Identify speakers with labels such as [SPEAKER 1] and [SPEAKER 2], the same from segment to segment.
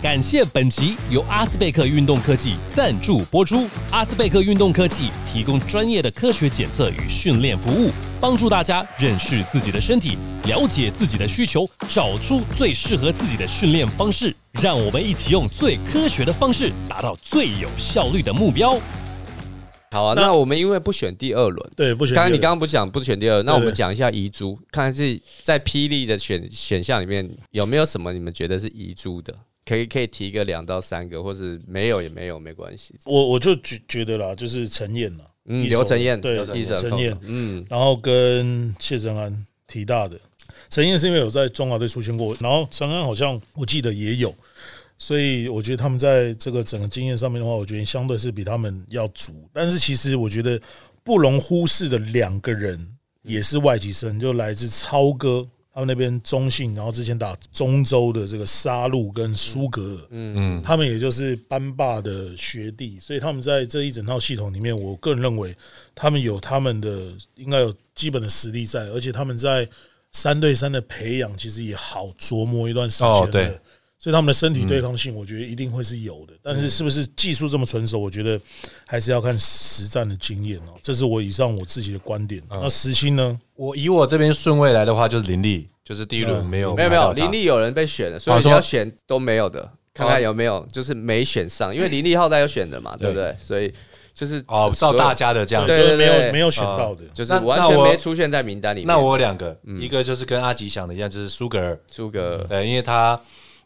[SPEAKER 1] 感谢本集由阿斯贝克运动科技赞助播出。阿斯贝克运动科技提供专业的科学检测与训练服务，帮助大家认识自己的身体，了解自己的需求，找出最适合自己的训练方式。让我们一起用最科学的方式，达到最有效率的目标。
[SPEAKER 2] 好啊，
[SPEAKER 3] 那
[SPEAKER 2] 那我们因为不选第二轮，
[SPEAKER 3] 对，不选第
[SPEAKER 2] 刚
[SPEAKER 3] 二
[SPEAKER 2] 刚
[SPEAKER 3] 轮。
[SPEAKER 2] 你刚刚不讲不选第二，那我
[SPEAKER 3] 对
[SPEAKER 2] 们
[SPEAKER 3] 对
[SPEAKER 2] 讲一下遗珠，看看是在霹雳的选选项里面有没有什么你们觉得是遗珠的，可以可以提个两到三个，或是没有也没有没关系。
[SPEAKER 3] 我我就觉觉得啦，就是陈燕啦，
[SPEAKER 2] 嗯，
[SPEAKER 3] 一手
[SPEAKER 2] 刘承彦，
[SPEAKER 3] 对，
[SPEAKER 2] 一手
[SPEAKER 3] 陈
[SPEAKER 2] 扣
[SPEAKER 3] 燕，
[SPEAKER 2] 嗯，
[SPEAKER 3] 然后跟谢承安提大的。陈燕是因为有在中华队出现过，然后陈安好像我记得也有，所以我觉得他们在这个整个经验上面的话，我觉得相对是比他们要足。但是其实我觉得不容忽视的两个人也是外籍生，就来自超哥他们那边中信，然后之前打中州的这个沙鹿跟苏格尔，
[SPEAKER 1] 嗯，
[SPEAKER 3] 他们也就是班霸的学弟，所以他们在这一整套系统里面，我个人认为他们有他们的应该有基本的实力在，而且他们在三对三的培养其实也好琢磨一段时间了
[SPEAKER 1] 哦对
[SPEAKER 3] 所以他们的身体对抗性，我觉得一定会是有的。但是是不是技术这么纯熟，我觉得还是要看实战的经验哦。这是我以上我自己的观点。那石青呢？
[SPEAKER 4] 我以我这边顺位来的话，就是林立，就是第一轮
[SPEAKER 3] 嗯
[SPEAKER 4] 没有
[SPEAKER 2] 没有没
[SPEAKER 4] 买
[SPEAKER 2] 有，
[SPEAKER 4] 到他
[SPEAKER 2] 林立有人被选了，所以
[SPEAKER 4] 啊
[SPEAKER 2] 你
[SPEAKER 4] 说
[SPEAKER 2] 要选都没有的，看看有没有就是没选上，因为林立后来有选的嘛，对不对？所以就是
[SPEAKER 4] 哦，照大家的这样子。
[SPEAKER 2] 对对
[SPEAKER 3] 就是没
[SPEAKER 2] 对
[SPEAKER 3] 有没有选到的，
[SPEAKER 2] 就是
[SPEAKER 4] 那
[SPEAKER 2] 完
[SPEAKER 4] 那
[SPEAKER 2] 全
[SPEAKER 4] 我
[SPEAKER 2] 没出现在名单里面。
[SPEAKER 4] 那我有两个，
[SPEAKER 2] 嗯
[SPEAKER 4] 一个就是跟阿吉想的一样，就是苏格尔，
[SPEAKER 2] 出个
[SPEAKER 4] 对，因为他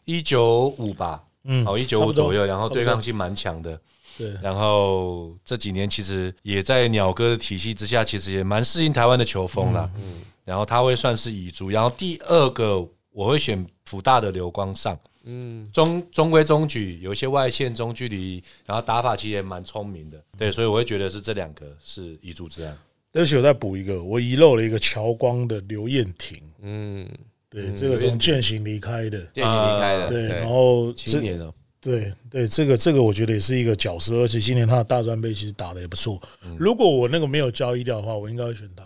[SPEAKER 4] 一九五吧，
[SPEAKER 3] 嗯
[SPEAKER 4] 哦，一九
[SPEAKER 3] 差
[SPEAKER 4] 五
[SPEAKER 3] 不多
[SPEAKER 4] 左右，然后对
[SPEAKER 3] 差
[SPEAKER 4] 抗
[SPEAKER 3] 不
[SPEAKER 4] 性蛮强的。
[SPEAKER 3] 多对
[SPEAKER 4] 然后这几年其实也在鸟哥的体系之下，其实也蛮适应台湾的球风啦。嗯，然后他会算是乙足，然后第二个我会选福大的刘光上，嗯，中中规中矩，有一些外线中距离，然后打法其实也蛮聪明的，对，所以我会觉得是这两个是乙足之安。
[SPEAKER 3] 对不起，我再补一个，我遗漏了一个乔光的刘彦廷，
[SPEAKER 2] 嗯，
[SPEAKER 3] 对，这个从践行离开的，
[SPEAKER 2] 渐行离开了，
[SPEAKER 3] 对，然
[SPEAKER 2] 对，
[SPEAKER 3] 后
[SPEAKER 5] 青
[SPEAKER 3] 这
[SPEAKER 5] 年哦，
[SPEAKER 3] 对对，这个这个我觉得也是一个角色，而且今年他的大专杯其实打的也不错。如果我那个没有交易掉的话，我应该会选他。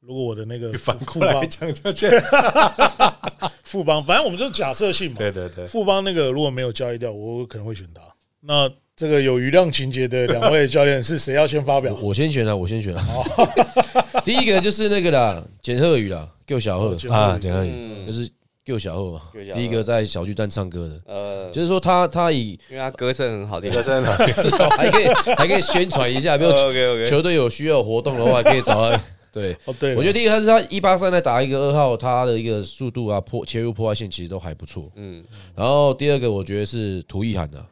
[SPEAKER 3] 如果我的那个
[SPEAKER 4] 反
[SPEAKER 3] 富
[SPEAKER 4] 过来
[SPEAKER 3] 邦
[SPEAKER 4] 讲就觉得，
[SPEAKER 3] 富邦，反正我们就假设性嘛，
[SPEAKER 4] 对对对，
[SPEAKER 3] 富邦那个如果没有交易掉，我可能会选他。那这个有余量情节的两位教练是谁要先发表？
[SPEAKER 5] 我先选了，啊我先选了。
[SPEAKER 1] 哦
[SPEAKER 5] 第一个哎就是那个啦，简鹤宇啦，救小鹤，
[SPEAKER 3] 简
[SPEAKER 4] 啊，简而已。
[SPEAKER 2] 嗯
[SPEAKER 5] 就，是救小鹤嘛
[SPEAKER 2] 救小。鹤
[SPEAKER 5] 第一个在小巨蛋唱歌的，
[SPEAKER 2] 呃，
[SPEAKER 5] 就是说他他以
[SPEAKER 2] 因为他歌声很好听，
[SPEAKER 4] 真的，
[SPEAKER 5] 至
[SPEAKER 2] 哦
[SPEAKER 5] 少还可以还可以宣传一下，比如
[SPEAKER 2] OK OK，
[SPEAKER 5] 球队有需要活动的话，可以找他。对，
[SPEAKER 3] 哦，对了，
[SPEAKER 5] 我觉得第一个他是他一八三在打一个二号，他的一个速度啊破切入破坏线其实都还不错。
[SPEAKER 2] 嗯，
[SPEAKER 5] 然后第二个我觉得是涂意涵的，啊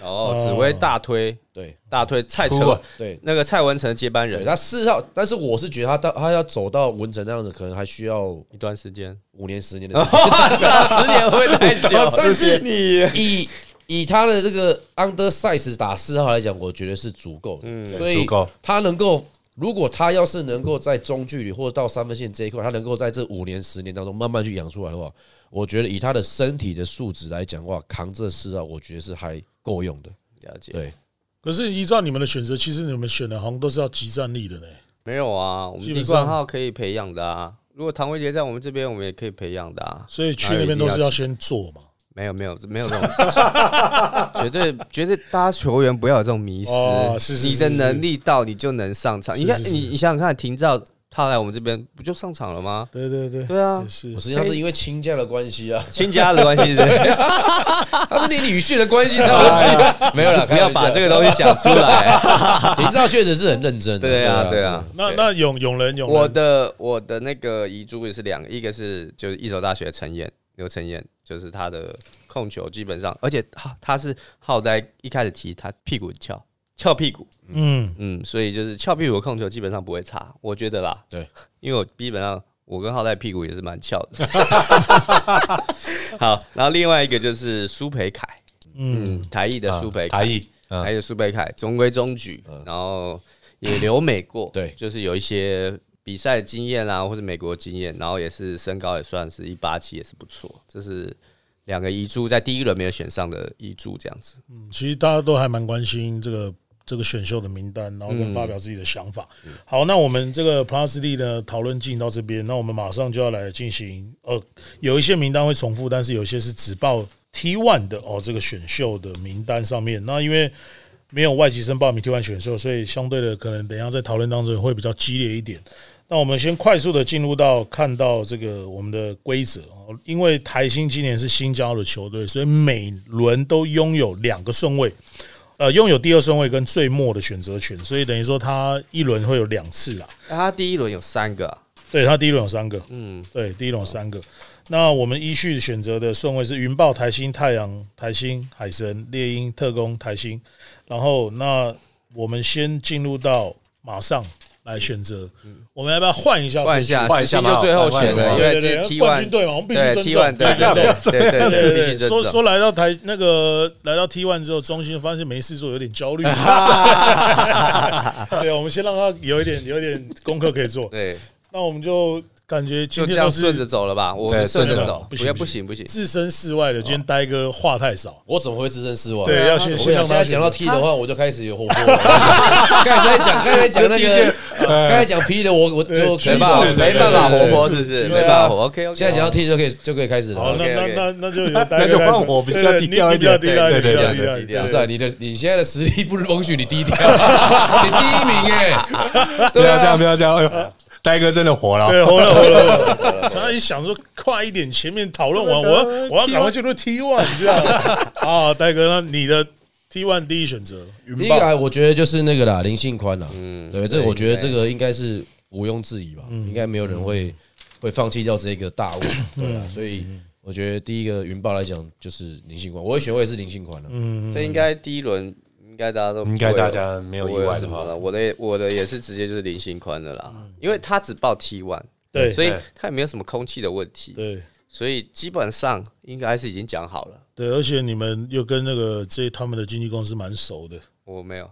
[SPEAKER 2] 然后紫薇大推
[SPEAKER 5] 对
[SPEAKER 2] 大推蔡
[SPEAKER 4] 出
[SPEAKER 2] 成
[SPEAKER 4] 了
[SPEAKER 5] 对
[SPEAKER 2] 那个蔡文成接班
[SPEAKER 5] 对，
[SPEAKER 2] 人
[SPEAKER 5] 他四号，但是我是觉得他到他要走到文成那样子，可能还需要
[SPEAKER 2] 一段时间，
[SPEAKER 5] 五年十年的时间。，
[SPEAKER 2] 哇塞，十年会太久
[SPEAKER 5] 但是
[SPEAKER 2] 你
[SPEAKER 5] 以以他的这个 under size 打四号来讲，我觉得是足够
[SPEAKER 2] 嗯
[SPEAKER 5] 的，
[SPEAKER 4] 足
[SPEAKER 5] 所以
[SPEAKER 4] 够
[SPEAKER 5] 他能够。如果他要是能够在中距离或者到三分线这一块，他能够在这五年、十年当中慢慢去养出来的话，我觉得以他的身体的素质来讲的话，扛这四号，我觉得是还够用的。
[SPEAKER 2] 了解，
[SPEAKER 5] 对，
[SPEAKER 3] 可是依照你们的选择，其实你们选的好像都是要集战力的呢。
[SPEAKER 2] 没有啊，我们
[SPEAKER 3] 基
[SPEAKER 2] 李
[SPEAKER 3] 本上
[SPEAKER 2] 冠浩可以培养的啊。如果唐维杰在我们这边，我们也可以培养的啊。
[SPEAKER 3] 所以去那边都是要先做嘛。
[SPEAKER 2] 没有没有没有这种事情，绝对绝对，大家球员不要有这种迷失。
[SPEAKER 3] 哦是是
[SPEAKER 2] 你
[SPEAKER 3] 是
[SPEAKER 2] 的
[SPEAKER 3] 是
[SPEAKER 2] 能力到，你就能上场。
[SPEAKER 3] 是
[SPEAKER 2] 你看，
[SPEAKER 3] 是是
[SPEAKER 2] 你你想想看，廷照他来我们这边不就上场了吗？
[SPEAKER 3] 对对对，
[SPEAKER 2] 对啊
[SPEAKER 3] 也，是
[SPEAKER 5] 我。实际上是因为亲家的关 系啊，
[SPEAKER 2] 亲家的关系是不是
[SPEAKER 5] 他是你女婿的关系才有亲，没 有 啦，
[SPEAKER 2] 不要把这个东西讲出来。
[SPEAKER 5] 个，你知道确实是很认真的。
[SPEAKER 2] 对啊，对啊。
[SPEAKER 3] 那那永永人永人
[SPEAKER 2] 我的我的那个遗珠也是两个，一个是就是一所大学陈燕刘陈燕，就是他的控球基本上，而且他他是好在一开始踢他屁股翘翘屁股，
[SPEAKER 3] 嗯，
[SPEAKER 2] 嗯，所以就是翘屁股的控球基本上不会差，我觉得啦。
[SPEAKER 5] 对，
[SPEAKER 2] 因为我基本上我跟浩代屁股也是蛮翘的。好，然后另外一个就是苏培凯，嗯，台艺的苏培凯，
[SPEAKER 4] 台艺，嗯
[SPEAKER 2] 还有苏培凯中规中矩，然后也留美过，
[SPEAKER 5] 对
[SPEAKER 2] 就是有一些比赛经验啊啦，或者美国经验，然后也是身高也算是一八七，也是不错，这是两个遗珠在第一轮没有选上的遗珠这样子。
[SPEAKER 3] 嗯其实大家都还蛮关心这个这个选秀的名单，然后跟发表自己的想法。好，那我们这个 Plus D 的讨论进行到这边，那我们马上就要来进行呃，有一些名单会重复，但是有一些是只报 T one 的哦这个选秀的名单上面。那因为没有外籍生报名 T one 选秀，所以相对的可能等一下在讨论当中会比较激烈一点。那我们先快速的进入到看到这个我们的规则哦，因为台新今年是新加入的球队，所以每轮都拥有两个顺位，呃，拥有第二顺位跟最末的选择权，所以等于说他一轮会有两次啦。
[SPEAKER 2] 那他第一轮有三个啊、
[SPEAKER 3] 对他第一轮有三个，
[SPEAKER 2] 嗯，
[SPEAKER 3] 对，第一轮有三个。那我们依序选择的顺位是云豹、台新、太阳、台新、海神、猎鹰、特工、台新。然后，那我们先进入到马上来选择，我们要不要换一下顺序？
[SPEAKER 2] 换一下，
[SPEAKER 4] 换一下
[SPEAKER 2] 四星就最后选
[SPEAKER 4] 换一
[SPEAKER 2] 的，因为
[SPEAKER 3] 对对
[SPEAKER 4] 下
[SPEAKER 2] 这
[SPEAKER 3] 对
[SPEAKER 2] T
[SPEAKER 3] 冠军
[SPEAKER 2] one
[SPEAKER 3] 队嘛，我们必须尊重。
[SPEAKER 2] T one 对
[SPEAKER 3] 对
[SPEAKER 2] 对对对
[SPEAKER 3] 对
[SPEAKER 2] 对，必
[SPEAKER 3] 对
[SPEAKER 2] 须尊
[SPEAKER 3] 说
[SPEAKER 2] 重。
[SPEAKER 3] 说来到台那个来到 T one 之后，中心发现没事做，有点焦虑。对，我们先让他有一点有一点功课可以做。
[SPEAKER 2] 对，
[SPEAKER 3] 那我们就感觉今
[SPEAKER 2] 就这
[SPEAKER 3] 天都
[SPEAKER 2] 样
[SPEAKER 3] 是
[SPEAKER 2] 顺着走了吧？我
[SPEAKER 4] 对
[SPEAKER 2] 是顺着
[SPEAKER 4] 顺着
[SPEAKER 2] 走
[SPEAKER 3] 走，不
[SPEAKER 2] 不
[SPEAKER 3] 行
[SPEAKER 2] 要
[SPEAKER 3] 不
[SPEAKER 2] 不行不行，
[SPEAKER 3] 置身事外的，今天呆哥话太少。
[SPEAKER 5] 我怎么会置身事外？
[SPEAKER 2] 啊
[SPEAKER 3] 对，要先
[SPEAKER 5] 哦啊我
[SPEAKER 3] 先
[SPEAKER 5] 跟你
[SPEAKER 3] 让
[SPEAKER 5] 讲，
[SPEAKER 3] 他
[SPEAKER 5] 现在
[SPEAKER 3] 去
[SPEAKER 5] 讲到 T 的话，我就开始有火锅了。 刚才在讲，刚才在讲那个，呃刚才讲 P 的，我我就
[SPEAKER 3] 对
[SPEAKER 2] 没办法，没办法活泼，是不是？
[SPEAKER 5] 对
[SPEAKER 2] 没
[SPEAKER 5] 啊
[SPEAKER 2] 办法活。OK OK，
[SPEAKER 5] 现在讲到 T 就可以就可以开始
[SPEAKER 3] 好，
[SPEAKER 5] 了。
[SPEAKER 3] 那
[SPEAKER 2] OK，OK
[SPEAKER 3] 那那那就由呆
[SPEAKER 4] 那就
[SPEAKER 3] 哥开始
[SPEAKER 4] 换我比较
[SPEAKER 3] 对对
[SPEAKER 4] 低
[SPEAKER 3] 你
[SPEAKER 4] 调一
[SPEAKER 3] 你比较
[SPEAKER 4] 点
[SPEAKER 3] 低调一点，
[SPEAKER 4] 对对
[SPEAKER 2] 对
[SPEAKER 3] 比较
[SPEAKER 2] 对
[SPEAKER 3] 低
[SPEAKER 2] 对
[SPEAKER 3] 调
[SPEAKER 5] 不
[SPEAKER 3] 一
[SPEAKER 5] 是啊，
[SPEAKER 3] 点。
[SPEAKER 5] 你的你现在的实力不容许你低调， 你第一名哎，
[SPEAKER 4] 不
[SPEAKER 5] 对
[SPEAKER 4] 要这样，
[SPEAKER 5] 啊
[SPEAKER 4] 不，要这样，哎呦，呆哥真的火了。
[SPEAKER 3] 对，啊红了红了红了。他一想说快一点，前面讨论完，我要我要赶快进入 T one，你知道吗？ 啊，呆哥，那你的 T one 第一选择
[SPEAKER 5] 第
[SPEAKER 3] 云
[SPEAKER 5] 一个
[SPEAKER 3] 豹，
[SPEAKER 5] 啊我觉得就是那个啦，林信宽啦，
[SPEAKER 2] 嗯
[SPEAKER 5] 对，这个我觉得这个应该是毋庸置疑吧，应该没有人会会放弃掉这个大物，对啊，所以我觉得第一个云豹来讲就是林信宽，我会选我也是林信宽啊了，
[SPEAKER 2] 这应该第一轮应该大家都不会
[SPEAKER 4] 应该大家没有意外的
[SPEAKER 2] 不会有什么
[SPEAKER 4] 话，
[SPEAKER 2] 了。我的也我的也是直接就是零星宽的啦，因为他只报 T one，
[SPEAKER 3] 对
[SPEAKER 2] 所以
[SPEAKER 4] 对
[SPEAKER 2] 他也没有什么空气的问题，
[SPEAKER 3] 对
[SPEAKER 2] 所以基本上应该是已经讲好了。
[SPEAKER 3] 对，而且你们又跟那个这他们的经纪公司蛮熟的，
[SPEAKER 2] 我没有，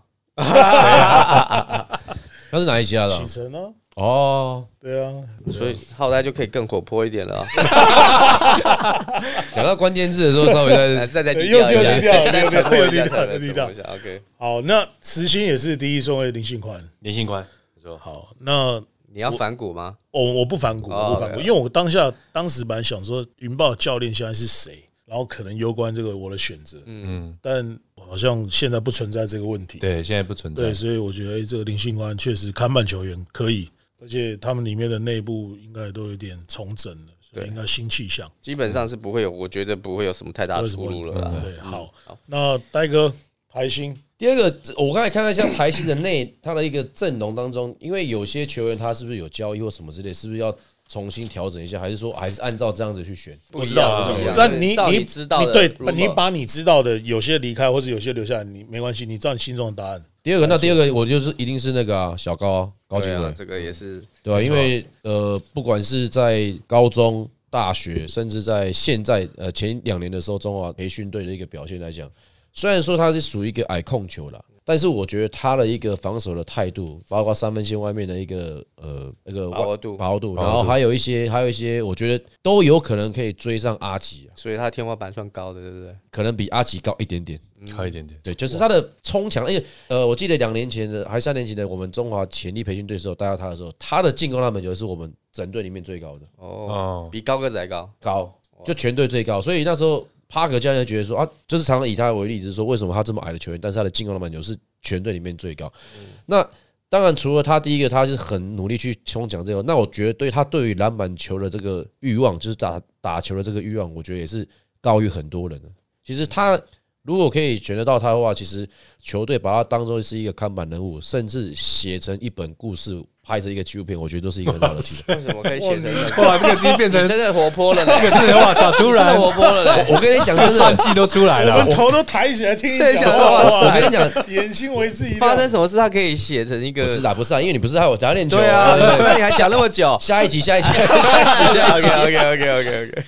[SPEAKER 5] 他是哪一家的啊
[SPEAKER 3] 启？程啊，
[SPEAKER 5] 哦，
[SPEAKER 3] 对啊，
[SPEAKER 2] 所以浩代就可以更活泼一点了啊。
[SPEAKER 5] 讲到关键字的时候，稍微
[SPEAKER 2] 来
[SPEAKER 5] 再
[SPEAKER 2] 再再
[SPEAKER 3] 对
[SPEAKER 2] 低调一
[SPEAKER 3] 又
[SPEAKER 2] 下，
[SPEAKER 3] 低 调
[SPEAKER 2] 再
[SPEAKER 3] 又
[SPEAKER 2] 沉默一
[SPEAKER 3] 低调
[SPEAKER 2] 下，再
[SPEAKER 3] 又低
[SPEAKER 2] 沉
[SPEAKER 3] 调
[SPEAKER 2] 默一下。OK，
[SPEAKER 3] 好，那慈心也是第一顺位林信宽。
[SPEAKER 4] 林信宽，你说
[SPEAKER 3] 好，那
[SPEAKER 2] 你要反骨吗？
[SPEAKER 3] 我我不反骨，
[SPEAKER 2] 哦
[SPEAKER 3] 我不反骨，
[SPEAKER 2] 对
[SPEAKER 3] 因为我当下当时本来想说云豹教练现在是谁，然后可能攸关这个我的选择，
[SPEAKER 4] 嗯，
[SPEAKER 3] 但好像现在不存在这个问题。
[SPEAKER 4] 对，现在不存在
[SPEAKER 3] 对，。所以我觉得、哎这个林信官确实看板球员可以，而且他们里面的内部应该都有点重整了，所以
[SPEAKER 2] 对
[SPEAKER 3] 应该新气象。
[SPEAKER 2] 基本上是不会有，我觉得不会有什么太大
[SPEAKER 3] 为
[SPEAKER 2] 的
[SPEAKER 3] 什
[SPEAKER 2] 出
[SPEAKER 3] 么
[SPEAKER 2] 入了啦。
[SPEAKER 3] 对，好，那呆哥台新，
[SPEAKER 5] 第二个，我刚才看了一下台新的内，他的一个阵容当中，因为有些球员他是不是有交易或什么之类，是不是要重新调整一下，还是说还是按照这样子去选？
[SPEAKER 2] 不
[SPEAKER 3] 知
[SPEAKER 2] 一样
[SPEAKER 3] 道
[SPEAKER 4] 不
[SPEAKER 2] 不
[SPEAKER 4] 知
[SPEAKER 2] 一样
[SPEAKER 3] 那你
[SPEAKER 2] 照
[SPEAKER 3] 你
[SPEAKER 2] 知道
[SPEAKER 3] 你
[SPEAKER 2] 的
[SPEAKER 3] 对
[SPEAKER 2] rumor，
[SPEAKER 3] 你把你知道的有些离开，或者有些留下来，你没关系，你知道你心中的答案。
[SPEAKER 5] 第二个，那第二个我就是一定是那个啊，小高啊，高进
[SPEAKER 2] 对啊
[SPEAKER 5] 伟，
[SPEAKER 2] 这个也是
[SPEAKER 5] 对啊吧、因为呃，不管是在高中、大学，甚至在现在呃前两年的时候，中华培训队的一个表现来讲，虽然说他是属于一个矮控球啦，但是我觉得他的一个防守的态度，包括三分线外面的一个呃那个
[SPEAKER 2] 把握度
[SPEAKER 5] 把握度，
[SPEAKER 4] 把握
[SPEAKER 5] 然
[SPEAKER 4] 度
[SPEAKER 5] 后还有一些还有一些，我觉得都有可能可以追上阿吉啊，
[SPEAKER 2] 所以他天花板算高的，对不对？
[SPEAKER 5] 可能比阿吉高一点点。
[SPEAKER 4] 靠一点点，
[SPEAKER 5] 对，就是他的冲强，因为呃，我记得两年前的还是三年前的我们中华潜力培训队的时候带到他的时候，他的进攻篮板球是我们整队里面最高的，
[SPEAKER 2] 哦
[SPEAKER 4] 哦，
[SPEAKER 2] 比高个子还高。
[SPEAKER 5] 高就全队最高，所以那时候帕克教练觉得说啊，就是常常以他为例子，说为什么他这么矮的球员，但是他的进攻篮板球是全队里面最高。那当然，除了他第一个，他是很努力去冲抢这个，那我觉得对他对于篮板球的这个欲望，就是打打球的这个欲望，我觉得也是高于很多人的。其实他如果可以选得到他的话，其实球队把他当做是一个看板人物，甚至写成一本故事，拍成一个纪录片，我觉得都是一个很好的题材。
[SPEAKER 2] 为什么可以写成这样？
[SPEAKER 4] 哇，这个今天变成
[SPEAKER 2] 你真的活泼了呢，
[SPEAKER 4] 这个是我操，突
[SPEAKER 2] 突然
[SPEAKER 4] 然
[SPEAKER 2] 活泼了 呢。
[SPEAKER 5] 我跟你讲，真
[SPEAKER 4] 战
[SPEAKER 5] 的，
[SPEAKER 4] 绩都出来
[SPEAKER 3] 我
[SPEAKER 4] 了
[SPEAKER 3] 们。头都抬起来听你
[SPEAKER 2] 对
[SPEAKER 3] 讲
[SPEAKER 2] 想
[SPEAKER 3] 话，
[SPEAKER 2] 说
[SPEAKER 5] 我
[SPEAKER 3] 哇
[SPEAKER 5] 跟你讲，
[SPEAKER 3] 眼睛为之一亮。
[SPEAKER 2] 发生什么事，他可以写成一个
[SPEAKER 5] 不是啦，不是啊，因为你不是还有打练球
[SPEAKER 2] 对啊，
[SPEAKER 5] 对不对
[SPEAKER 2] 那你还讲那么久
[SPEAKER 5] 下 一集，下一集，下一集，
[SPEAKER 2] ？OK OK OK OK OK。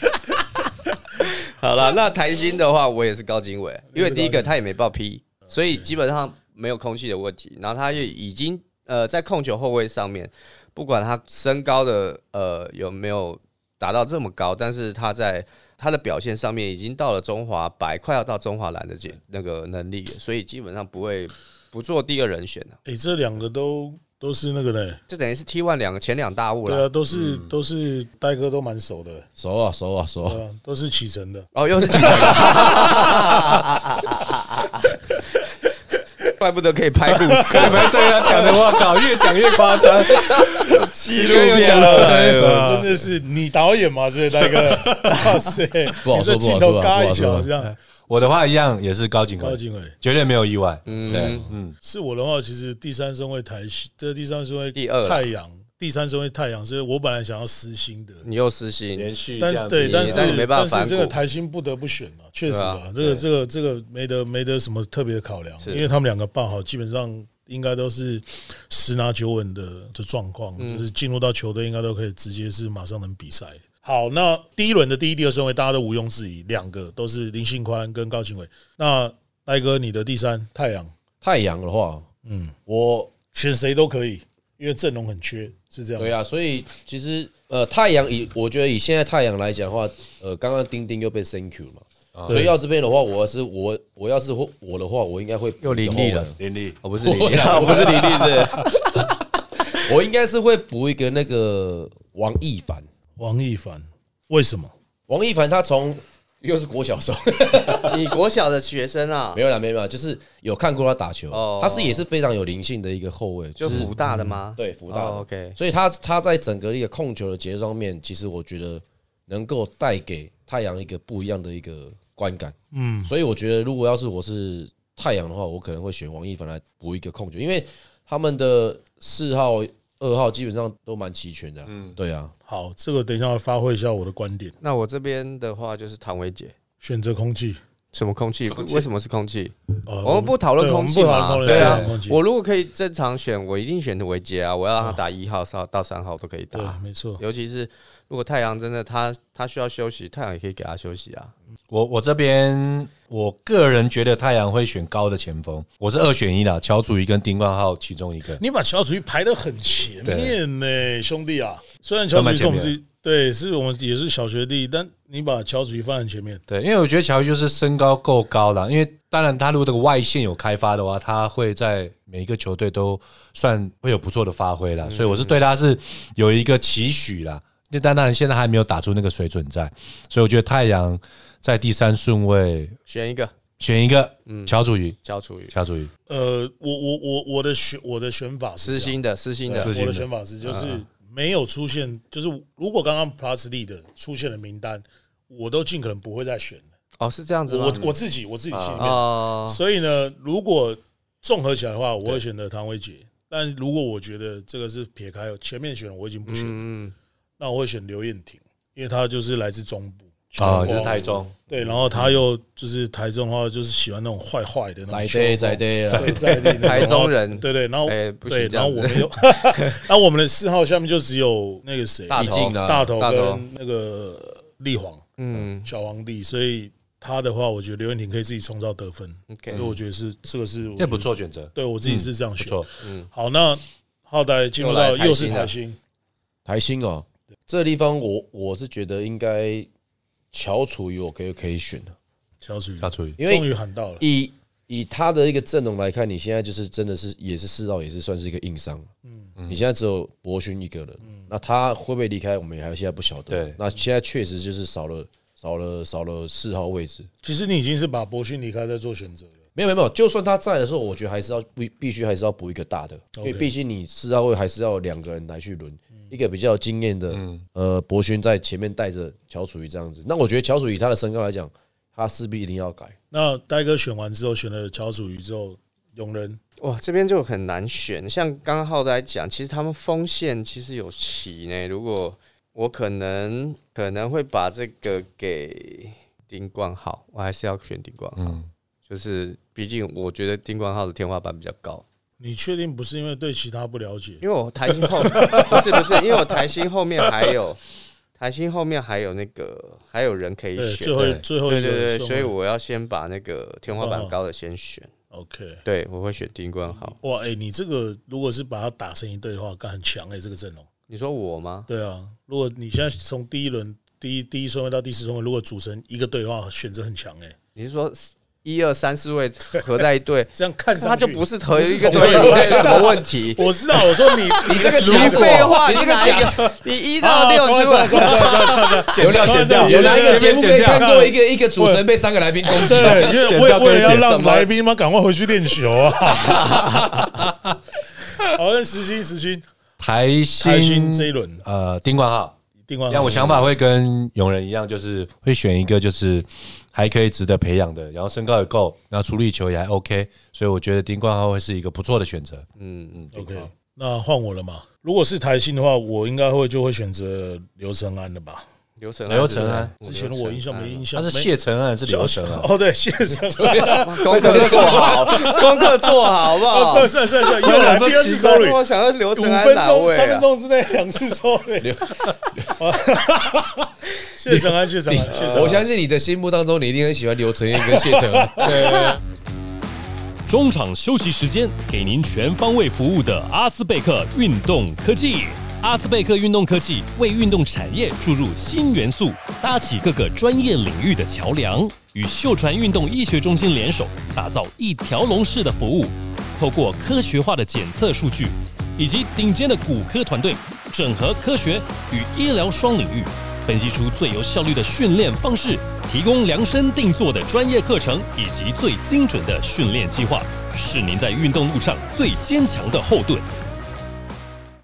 [SPEAKER 2] 好了，那台新的话，我也是高经纬，因为第一个他也没报 P，所以基本上没有空气的问题。然后他也已经呃在控球后卫上面，不管他身高的呃有没有达到这么高，但是他在他的表现上面已经到了中华白，快要到中华蓝的解那个能力了，所以基本上不会不做第二人选了。
[SPEAKER 3] 哎诶，这两个都都都是那个的，
[SPEAKER 2] 就等于是 T one 两个前两大物
[SPEAKER 3] 对啊，
[SPEAKER 2] 了。
[SPEAKER 3] 都是都是呆哥都蛮熟的，
[SPEAKER 5] 熟啊熟啊熟啊
[SPEAKER 3] 对！啊，都是启程的。
[SPEAKER 2] 哦，又是几 个？怪不得可以拍故事，
[SPEAKER 4] 对不对啊？讲的我靠，越讲越夸张，
[SPEAKER 2] 纪
[SPEAKER 4] 录片了
[SPEAKER 2] 哎
[SPEAKER 3] 对
[SPEAKER 2] 呦
[SPEAKER 3] 啊真的是你导演嘛？是呆哥，哇塞，
[SPEAKER 5] 不好
[SPEAKER 3] 你
[SPEAKER 5] 说
[SPEAKER 3] 这镜头嘎一小这样，
[SPEAKER 4] 我的话一样也是高警
[SPEAKER 3] 高
[SPEAKER 4] 官，
[SPEAKER 3] 景伟。
[SPEAKER 4] 绝对没有意外。
[SPEAKER 2] 嗯
[SPEAKER 4] 对，嗯，
[SPEAKER 3] 是我的话，其实第三顺位台西，这第三顺位
[SPEAKER 2] 第二啦
[SPEAKER 3] 太阳，第三顺位太阳，所以我本来想要私心的，
[SPEAKER 2] 你又私心，
[SPEAKER 4] 连续这
[SPEAKER 3] 但
[SPEAKER 4] 样
[SPEAKER 3] 对，
[SPEAKER 4] 子，
[SPEAKER 3] 但
[SPEAKER 2] 你
[SPEAKER 3] 是
[SPEAKER 2] 但你没办法
[SPEAKER 3] 但是这个
[SPEAKER 2] 反骨
[SPEAKER 3] 台新不得不选啊，确实
[SPEAKER 2] 对
[SPEAKER 3] 啊
[SPEAKER 2] 啊，
[SPEAKER 3] 这个这个这个没得没得什么特别的考量，
[SPEAKER 2] 是
[SPEAKER 3] 因为他们两个办好，基本上应该都是十拿九稳的这状况，
[SPEAKER 2] 嗯
[SPEAKER 3] 就是进入到球队应该都可以直接是马上能比赛。好，那第一轮的第一、第二顺位，大家都毋庸置疑，两个都是林信宽跟高庆伟。那戴哥，你的第三太阳，
[SPEAKER 5] 太阳的话，
[SPEAKER 3] 嗯，
[SPEAKER 5] 我
[SPEAKER 3] 选谁都可以，因为阵容很缺，是这样。
[SPEAKER 5] 对啊，所以其实呃，太阳以我觉得以现在太阳来讲的话，呃，刚刚丁丁又被 thank you 嘛，所以要这边的话，我是我我要是我的话，我应该会
[SPEAKER 2] 又林立了
[SPEAKER 5] 补一个后啊
[SPEAKER 4] 林立，
[SPEAKER 2] 哦我不是李丽，我不是李 丽，
[SPEAKER 5] 卫，我应该是会补一个那个王一凡，
[SPEAKER 3] 王一凡，为什么？
[SPEAKER 5] 王一凡他从又是国小时候
[SPEAKER 2] 是你国小的学生啊
[SPEAKER 5] 没，有啦，没有啦，就是有看过他打球
[SPEAKER 2] 哦，
[SPEAKER 5] 他是也是非常有灵性的一个后卫，
[SPEAKER 2] 就
[SPEAKER 5] 就是
[SPEAKER 2] 福大的吗？
[SPEAKER 5] 对福大的
[SPEAKER 2] 哦，OK，
[SPEAKER 5] 所以他他在整个一个控球的节奏上面，其实我觉得能够带给太阳一个不一样的一个观感。嗯，所以我觉得如果要是我是太阳的话，我可能会选王一凡来补一个控球，因为他们的四号、二号基本上都蛮齐全的、嗯，对啊，
[SPEAKER 3] 好，这个等一下发挥一下我的观点，
[SPEAKER 2] 那我这边的话就是唐维杰，
[SPEAKER 3] 选择空气。
[SPEAKER 2] 什么空气？为什么是空气？
[SPEAKER 3] 呃
[SPEAKER 2] 我们不讨论
[SPEAKER 3] 对我
[SPEAKER 2] 空
[SPEAKER 3] 们
[SPEAKER 2] 气
[SPEAKER 3] 不讨
[SPEAKER 2] 嘛？
[SPEAKER 3] 论
[SPEAKER 2] 对啊
[SPEAKER 3] 空气，
[SPEAKER 2] 我如果可以正常选，我一定选维杰啊！我要让他打一号、三到三号都可以
[SPEAKER 3] 对
[SPEAKER 2] 打，，
[SPEAKER 3] 没错。
[SPEAKER 2] 尤其是如果太阳真的他他需要休息，太阳也可以给他休息啊。
[SPEAKER 4] 我我这边我个人觉得太阳会选高的前锋，我是二选一啦，乔楚一跟丁冠浩其中一个。
[SPEAKER 3] 你把乔楚一排的很前面呢、兄弟啊！虽然乔楚一是我们
[SPEAKER 4] 都蛮前
[SPEAKER 3] 是，对，是我们也是小学弟，但你把乔楚一放在前面，
[SPEAKER 4] 对，因为我觉得乔伊就是身高够高啦，因为当然他如果这个外线有开发的话，他会在每一个球队都算会有不错的发挥
[SPEAKER 3] 嗯
[SPEAKER 4] 啦，所以我是对他是有一个期许啦。那但当然现在还没有打出那个水准在，所以我觉得太阳在第三顺位
[SPEAKER 2] 选一个
[SPEAKER 4] 选一个
[SPEAKER 3] 嗯
[SPEAKER 4] 乔楚瑜，
[SPEAKER 2] 焦楚瑜，
[SPEAKER 4] 乔楚瑜，
[SPEAKER 3] 呃，我我我我的选我的选法是
[SPEAKER 2] 私
[SPEAKER 3] 这样
[SPEAKER 2] 心的，私心
[SPEAKER 3] 对啊
[SPEAKER 2] 的
[SPEAKER 4] 私，心
[SPEAKER 3] 我
[SPEAKER 4] 的
[SPEAKER 3] 的选法是就是没有出现，就是如果刚刚 Plus D 的出现了名单，我都尽可能不会再选了。
[SPEAKER 2] 哦，是这样子吗
[SPEAKER 3] 我？我自己我自己心里面，
[SPEAKER 2] 哦，
[SPEAKER 3] 所以呢，如果综合起来的话，我会选择唐维杰。但如果我觉得这个是撇开前面选的，我已经不选了，
[SPEAKER 2] 嗯，
[SPEAKER 3] 那我会选刘彦廷，因为他就是来自中部
[SPEAKER 4] 啊，就是台中，
[SPEAKER 3] 对，然后他又就是台中的话，就是喜欢那种坏坏的那种
[SPEAKER 5] 在
[SPEAKER 3] 球风
[SPEAKER 5] 地在地啦，
[SPEAKER 3] 对在地那种
[SPEAKER 2] 台中人
[SPEAKER 3] 对对，然后
[SPEAKER 2] 哎不行
[SPEAKER 3] 对，
[SPEAKER 2] 这
[SPEAKER 3] 然
[SPEAKER 2] 样
[SPEAKER 3] 后
[SPEAKER 2] 子
[SPEAKER 3] 我 们又，那我们的四号下面就只有那个谁，啊
[SPEAKER 2] 大
[SPEAKER 5] 已
[SPEAKER 2] 头
[SPEAKER 5] 经，了
[SPEAKER 3] 大头
[SPEAKER 2] 大头
[SPEAKER 3] 跟那个立皇
[SPEAKER 2] 嗯
[SPEAKER 3] 小皇帝，所以他的话，我觉得刘彦廷可以自己创造得分，所以
[SPEAKER 2] ，OK，
[SPEAKER 3] 我觉得是这个是我
[SPEAKER 4] 这不
[SPEAKER 3] 觉得，
[SPEAKER 4] 错嗯选择，
[SPEAKER 3] 对我自己是这样
[SPEAKER 4] 不
[SPEAKER 3] 选。
[SPEAKER 4] 错，
[SPEAKER 3] 好，那浩代进入到
[SPEAKER 2] 嗯又来台新了
[SPEAKER 3] 又是台新，
[SPEAKER 5] 台新哦，这个地方我我是觉得应该乔楚瑜我可以可以选的，
[SPEAKER 3] 小楚瑜
[SPEAKER 4] 乔楚瑜，
[SPEAKER 5] 因为
[SPEAKER 3] 终于喊到了，
[SPEAKER 5] 以以他的一个阵容来看，你现在就是真的是也是四到也是算是一个硬伤，嗯，你现在只有博勋一个人，那他会不会离开，我们也还现在不晓得，
[SPEAKER 4] 对
[SPEAKER 5] 那现在确实就是少了少了少了四号位置，
[SPEAKER 3] 其实你已经是把博勋离开在做选择了。
[SPEAKER 5] 没有没有没有，就算他在的时候，我觉得还是要必必须还是要补一个大的，因为毕竟你四号位还是要有两个人来去轮，一个比较有经验的，
[SPEAKER 3] 嗯
[SPEAKER 5] 呃，博勋在前面带着乔楚瑜这样子，那我觉得乔楚瑜他的身高来讲，他势必一定要改，
[SPEAKER 3] 那呆哥选完之后，选了乔楚瑜之后，永仁
[SPEAKER 2] 哇，这边就很难选。像刚刚浩在讲，其实他们锋线其实有棋呢。如果我可能可能会把这个给丁冠浩，我还是要选丁冠浩，
[SPEAKER 3] 嗯
[SPEAKER 2] 就是毕竟我觉得丁冠浩的天花板比较高。
[SPEAKER 3] 你确定不是因为对其他不了解？
[SPEAKER 2] 因为我台新后 不是不是，因为我台新后面还有台新后面还有那个还有人可以
[SPEAKER 3] 对，最
[SPEAKER 2] 选，
[SPEAKER 3] 后
[SPEAKER 4] 对
[SPEAKER 3] 最后
[SPEAKER 2] 对
[SPEAKER 3] 一个
[SPEAKER 2] 对对，
[SPEAKER 3] 顺位
[SPEAKER 2] 所以我要先把那个天花板高的先选，
[SPEAKER 3] OK。
[SPEAKER 2] 对我会选丁冠浩。
[SPEAKER 3] 哇，哎、你这个如果是把它打成一队的话，干很强哎、这个阵容。
[SPEAKER 2] 你说我吗？
[SPEAKER 3] 对啊，如果你现在从第一轮第一第一顺位到第四顺位，如果组成一个队的话，选择很强哎、，
[SPEAKER 2] 你是说一二三四位合在一队
[SPEAKER 3] 这样看上
[SPEAKER 2] 他就
[SPEAKER 3] 去
[SPEAKER 2] 不是合一个
[SPEAKER 3] 不
[SPEAKER 2] 队
[SPEAKER 3] 是
[SPEAKER 2] 伍，
[SPEAKER 3] 同
[SPEAKER 2] 这
[SPEAKER 3] 队
[SPEAKER 2] 有什么问题？
[SPEAKER 3] 我知道，我说你
[SPEAKER 2] 你这个
[SPEAKER 5] 如
[SPEAKER 2] 讲
[SPEAKER 5] 果
[SPEAKER 2] 废话，
[SPEAKER 5] 你
[SPEAKER 2] 你
[SPEAKER 5] 这个
[SPEAKER 2] 哪一个？你一到
[SPEAKER 3] 啊
[SPEAKER 2] 六
[SPEAKER 3] 算了
[SPEAKER 2] 出
[SPEAKER 3] 算
[SPEAKER 2] 来
[SPEAKER 3] 了，算了算了算了算了，
[SPEAKER 4] 剪掉剪
[SPEAKER 3] 啊
[SPEAKER 4] 掉
[SPEAKER 5] 有哪一个节目可以看过一
[SPEAKER 3] 个？
[SPEAKER 5] 个一个主持人被三个来宾攻击？
[SPEAKER 3] 对，因为
[SPEAKER 4] 剪
[SPEAKER 3] 我也
[SPEAKER 4] 掉
[SPEAKER 3] 我也
[SPEAKER 4] 跟
[SPEAKER 3] 要
[SPEAKER 4] 剪
[SPEAKER 3] 让
[SPEAKER 2] 什么
[SPEAKER 3] 来宾嘛赶快回去练球啊！好，那时勋时勋，
[SPEAKER 4] 台
[SPEAKER 3] 台新这一轮
[SPEAKER 4] 呃，丁冠浩。
[SPEAKER 3] 定冠
[SPEAKER 4] 但我想法会跟永仁一样，就是会选一个就是还可以值得培养的，然后身高也够，然后处理球也还 OK，所以我觉得丁冠浩会是一个不错的选择。
[SPEAKER 2] 嗯嗯，
[SPEAKER 3] OK，那换我了嘛？如果是台新的话，我应该会就会选择刘承安的吧。
[SPEAKER 2] 刘成
[SPEAKER 4] 刘成安
[SPEAKER 3] 之前我印象
[SPEAKER 2] 啊
[SPEAKER 3] 没印
[SPEAKER 4] 他
[SPEAKER 3] 象，
[SPEAKER 4] 是
[SPEAKER 3] 没
[SPEAKER 4] 谢承啊安，是刘承安。
[SPEAKER 3] 哦，对，谢承安。
[SPEAKER 2] 功课做好，功课做好，好不
[SPEAKER 3] 哦，
[SPEAKER 2] 好
[SPEAKER 3] 算？了算了算了算了，又来第二次 sorry，
[SPEAKER 2] 我想要刘
[SPEAKER 3] 五
[SPEAKER 2] 成安
[SPEAKER 3] 分
[SPEAKER 2] 哪
[SPEAKER 3] 钟
[SPEAKER 2] 位
[SPEAKER 3] 三分
[SPEAKER 2] 啊？
[SPEAKER 3] 钟之内两次 sorry。谢承安，谢承安，谢承安。
[SPEAKER 5] 我相信你的心目当中，你一定很喜欢刘承彦跟谢 承恩。
[SPEAKER 1] 中场休息时间，给您全方位服务的阿斯贝克运动科技。阿斯贝克运动科技为运动产业注入新元素，搭起各个专业领域的桥梁，与秀传运动医学中心联手，打造一条龙式的服务。透过科学化的检测数据，以及顶尖的骨科团队，整合科学与医疗双领域，分析出最有效率的训练方式，提供量身定做的专业课程以及最精准的训练计划，是您在运动路上最坚强的后盾。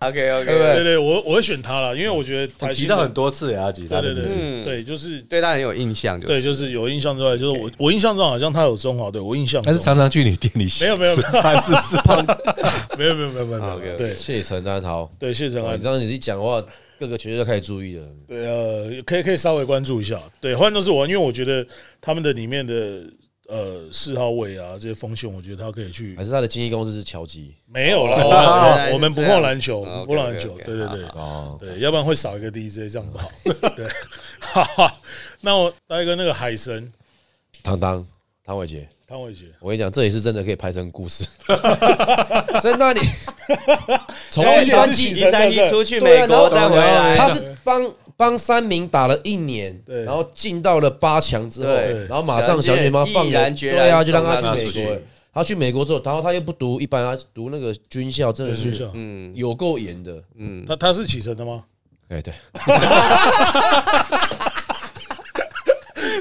[SPEAKER 2] OK
[SPEAKER 5] 对不
[SPEAKER 2] OK，
[SPEAKER 5] 对
[SPEAKER 3] 对对，我我会选他了，因为我觉得
[SPEAKER 4] 我
[SPEAKER 3] 台
[SPEAKER 4] 提
[SPEAKER 3] 新
[SPEAKER 4] 到很，多次也要提
[SPEAKER 3] 对
[SPEAKER 4] 他的
[SPEAKER 3] 对
[SPEAKER 4] 名
[SPEAKER 3] 对
[SPEAKER 4] 字。
[SPEAKER 3] 对对，就是
[SPEAKER 2] 对他很有印象，
[SPEAKER 3] 对，就是有印象之外，就是我我印象中好像他有中华队，我印象
[SPEAKER 4] 但是
[SPEAKER 3] 中
[SPEAKER 4] 常常去你店里
[SPEAKER 3] 没有没有没有
[SPEAKER 4] 他是不 是胖？
[SPEAKER 3] 没有没有没有没有没
[SPEAKER 2] OK，OK
[SPEAKER 3] 有，对
[SPEAKER 5] 谢承安好，
[SPEAKER 3] 对，谢承
[SPEAKER 5] 哇
[SPEAKER 3] 安
[SPEAKER 5] 哦你这，样你一讲的话，各个球队都开始注意了。
[SPEAKER 3] 对呃，可以可以稍微关注一下，对，换都是我，因为我觉得他们的里面的呃四号位啊这些锋线，我觉得他可以去
[SPEAKER 5] 还是他的经纪公司是乔吉
[SPEAKER 3] 没有了，
[SPEAKER 2] 哦原来是
[SPEAKER 3] 我们不
[SPEAKER 2] 这样
[SPEAKER 3] 碰
[SPEAKER 2] 子
[SPEAKER 3] 篮球，我们
[SPEAKER 2] 哦
[SPEAKER 3] 不碰篮球，
[SPEAKER 2] OK，OK，OK，
[SPEAKER 3] 对对对。
[SPEAKER 5] 哦，
[SPEAKER 3] 对，要不然会少一个 DJ，这样不好。对，哈哈。那我来一个那个海神
[SPEAKER 5] 唐唐唐伟杰，
[SPEAKER 3] 汤伟杰，
[SPEAKER 5] 我跟你讲，这也是真的可以拍成 故事，真的啊、你从
[SPEAKER 3] 哎
[SPEAKER 2] 一
[SPEAKER 3] 也是
[SPEAKER 5] 三
[SPEAKER 2] 三
[SPEAKER 5] 季
[SPEAKER 2] 季
[SPEAKER 3] 许
[SPEAKER 2] 一
[SPEAKER 3] 三
[SPEAKER 2] 三
[SPEAKER 3] 对
[SPEAKER 2] 季
[SPEAKER 3] 对
[SPEAKER 2] 出去
[SPEAKER 5] 对啊
[SPEAKER 2] 美国
[SPEAKER 5] 然
[SPEAKER 2] 再
[SPEAKER 5] 后
[SPEAKER 2] 回来，
[SPEAKER 5] 他是帮帮三名打了一年，
[SPEAKER 3] 对
[SPEAKER 5] 然后进到了八强之后，
[SPEAKER 2] 对
[SPEAKER 5] 然后马上小卷毛放
[SPEAKER 2] 毅
[SPEAKER 5] 了，
[SPEAKER 2] 然决然
[SPEAKER 5] 对啊，就让
[SPEAKER 2] 送他
[SPEAKER 5] 他
[SPEAKER 2] 出
[SPEAKER 5] 去美
[SPEAKER 2] 去
[SPEAKER 5] 国。他去美国之后，然后他又不读一般，他读那个军校，真的
[SPEAKER 3] 学
[SPEAKER 5] 是
[SPEAKER 3] 校，
[SPEAKER 2] 嗯
[SPEAKER 5] 有够严的。
[SPEAKER 2] 嗯，
[SPEAKER 3] 他他是启程的吗？
[SPEAKER 5] 哎，对，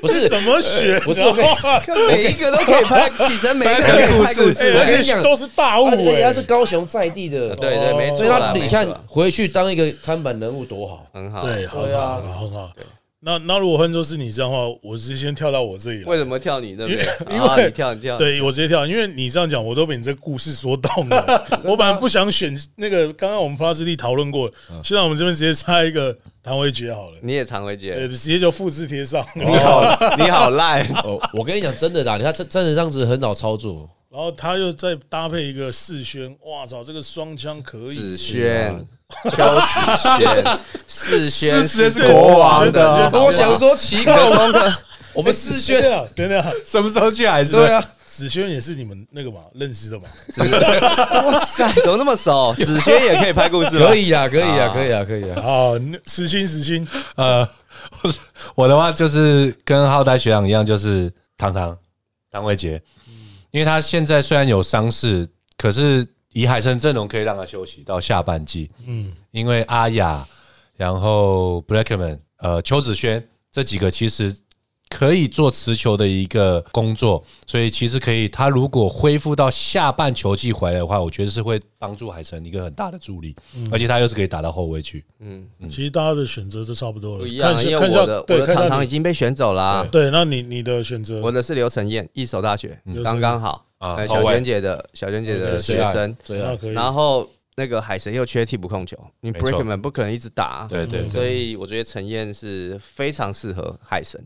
[SPEAKER 5] 不是
[SPEAKER 3] 什么学？啊
[SPEAKER 5] 不是
[SPEAKER 3] 然
[SPEAKER 5] 我
[SPEAKER 3] 后
[SPEAKER 5] 跟你
[SPEAKER 2] 每一个都可以 拍，起身每一个都可以拍故
[SPEAKER 5] 哎
[SPEAKER 2] 事，
[SPEAKER 5] 我跟
[SPEAKER 3] 而
[SPEAKER 5] 你
[SPEAKER 3] 且
[SPEAKER 5] 讲
[SPEAKER 3] 都是大物
[SPEAKER 5] 而且
[SPEAKER 3] 哎
[SPEAKER 5] 他。是高雄在地的，
[SPEAKER 2] 对对，没错啦，
[SPEAKER 5] 所以他你
[SPEAKER 2] 没错
[SPEAKER 5] 看
[SPEAKER 2] 啦
[SPEAKER 5] 回去当一个看板人物 多好。
[SPEAKER 2] 很好，
[SPEAKER 3] 哎对，好
[SPEAKER 5] 对啊
[SPEAKER 3] 好好很好。那那如果换作是你这样的话，我直接先跳到我这里
[SPEAKER 2] 为
[SPEAKER 3] 了。
[SPEAKER 2] 什么跳你那边？
[SPEAKER 3] 因为
[SPEAKER 2] 啊你跳你跳，
[SPEAKER 3] 对，我直接跳，因为你这样讲，我都被你这故事说动 了。我本来不想选那个，刚刚我们 Plus D 讨论过，
[SPEAKER 2] 嗯
[SPEAKER 3] 现在我们这边直接插一个谭维杰好了，
[SPEAKER 2] 你也常会接
[SPEAKER 3] 呃，，直接就复制贴上。
[SPEAKER 2] 你 好你好烂，
[SPEAKER 5] 哦，我跟你讲，真的啦，他真真的这样子很好操作。
[SPEAKER 3] 然后他又再搭配一个四轩，哇操，这个双枪可以
[SPEAKER 2] 子。轩。邱子轩，世轩
[SPEAKER 4] 世
[SPEAKER 2] 是
[SPEAKER 4] 轩是
[SPEAKER 2] 国王
[SPEAKER 3] 国
[SPEAKER 2] 的，
[SPEAKER 3] 王
[SPEAKER 5] 我想说奇怪，我们我们四
[SPEAKER 3] 真
[SPEAKER 5] 轩，
[SPEAKER 3] 的啊真的啊，
[SPEAKER 4] 什么时候去海参？
[SPEAKER 5] 对啊，
[SPEAKER 3] 子轩也是你们那个嘛认识的嘛？
[SPEAKER 2] 哇塞，怎么那么熟？子轩也可以拍故事吗？
[SPEAKER 5] 可，以啊，可以啊，可以啊，可以啊。
[SPEAKER 3] 啊，那时薪时薪，
[SPEAKER 4] 呃，我我的话就是跟浩代学长一样，就是唐唐唐维杰，因为他现在虽然有伤势，可是以海参阵容可以让他休息到下半季。
[SPEAKER 3] 嗯，
[SPEAKER 4] 因为阿雅，然后 Blackman，呃，邱子轩这几个其实可以做持球的一个工作，所以其实可以，他如果恢复到下半球季回来的话，我觉得是会帮助海城一个很大的助力，而且他又是可以打到后卫去。
[SPEAKER 2] 嗯，
[SPEAKER 3] 其实大家的选择都差不多了，
[SPEAKER 2] 不一
[SPEAKER 3] 看
[SPEAKER 2] 样，啊
[SPEAKER 3] 一
[SPEAKER 2] 因
[SPEAKER 3] 下
[SPEAKER 2] 为
[SPEAKER 3] 看一
[SPEAKER 2] 我
[SPEAKER 3] 下
[SPEAKER 2] 的我
[SPEAKER 3] 对，
[SPEAKER 2] 的
[SPEAKER 3] 看一
[SPEAKER 2] 糖
[SPEAKER 3] 下
[SPEAKER 2] 糖已
[SPEAKER 3] 你
[SPEAKER 2] 经被选走啦。
[SPEAKER 3] 对，那你你的选择，
[SPEAKER 2] 我的是刘承彦，一手大学
[SPEAKER 3] 嗯，
[SPEAKER 2] 刚刚好。
[SPEAKER 4] 啊
[SPEAKER 2] 呃
[SPEAKER 4] 后
[SPEAKER 2] 小
[SPEAKER 4] 卫
[SPEAKER 2] 娟姐的小娟姐的
[SPEAKER 5] 最
[SPEAKER 2] 学
[SPEAKER 5] 爱
[SPEAKER 2] 生，
[SPEAKER 5] 最
[SPEAKER 3] 那
[SPEAKER 5] 爱，
[SPEAKER 3] 可以，
[SPEAKER 2] 然后那个海神又缺替补控球，你
[SPEAKER 4] 没错
[SPEAKER 2] Brickman 不可能一直打，啊
[SPEAKER 4] 对对
[SPEAKER 2] 所以我觉得陈燕是非常适合海神。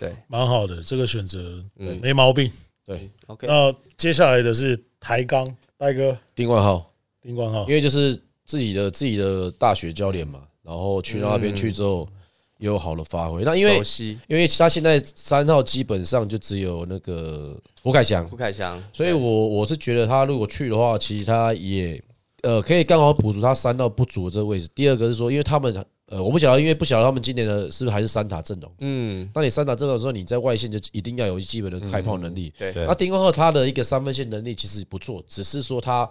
[SPEAKER 2] 对
[SPEAKER 3] 蛮好的，这个选择
[SPEAKER 2] 嗯
[SPEAKER 3] 没毛病。
[SPEAKER 5] 对，
[SPEAKER 2] ，OK，
[SPEAKER 3] 那接下来的是台钢戴哥
[SPEAKER 5] 丁冠浩，
[SPEAKER 3] 丁冠浩
[SPEAKER 5] 因，为就是自己的自己的大学教练嘛，然后去到那边去之后，也有好的发挥。那因为
[SPEAKER 2] 熟悉
[SPEAKER 5] 因为他现在三号基本上就只有那个胡凯翔，
[SPEAKER 2] 胡凯翔，
[SPEAKER 5] 所以我我是觉得他如果去的话，其实他也呃可以刚好补足他三到不足的这个位置。第二个是说，因为他们呃，我不晓得，因为不晓得他们今年的是不是还是三塔阵容。
[SPEAKER 2] 嗯，
[SPEAKER 5] 当你三塔阵容的时候，你在外线就一定要有基本的开炮能力。
[SPEAKER 2] 对
[SPEAKER 4] 对
[SPEAKER 5] 那丁光浩他的一个三分线能力其实不错，只是说他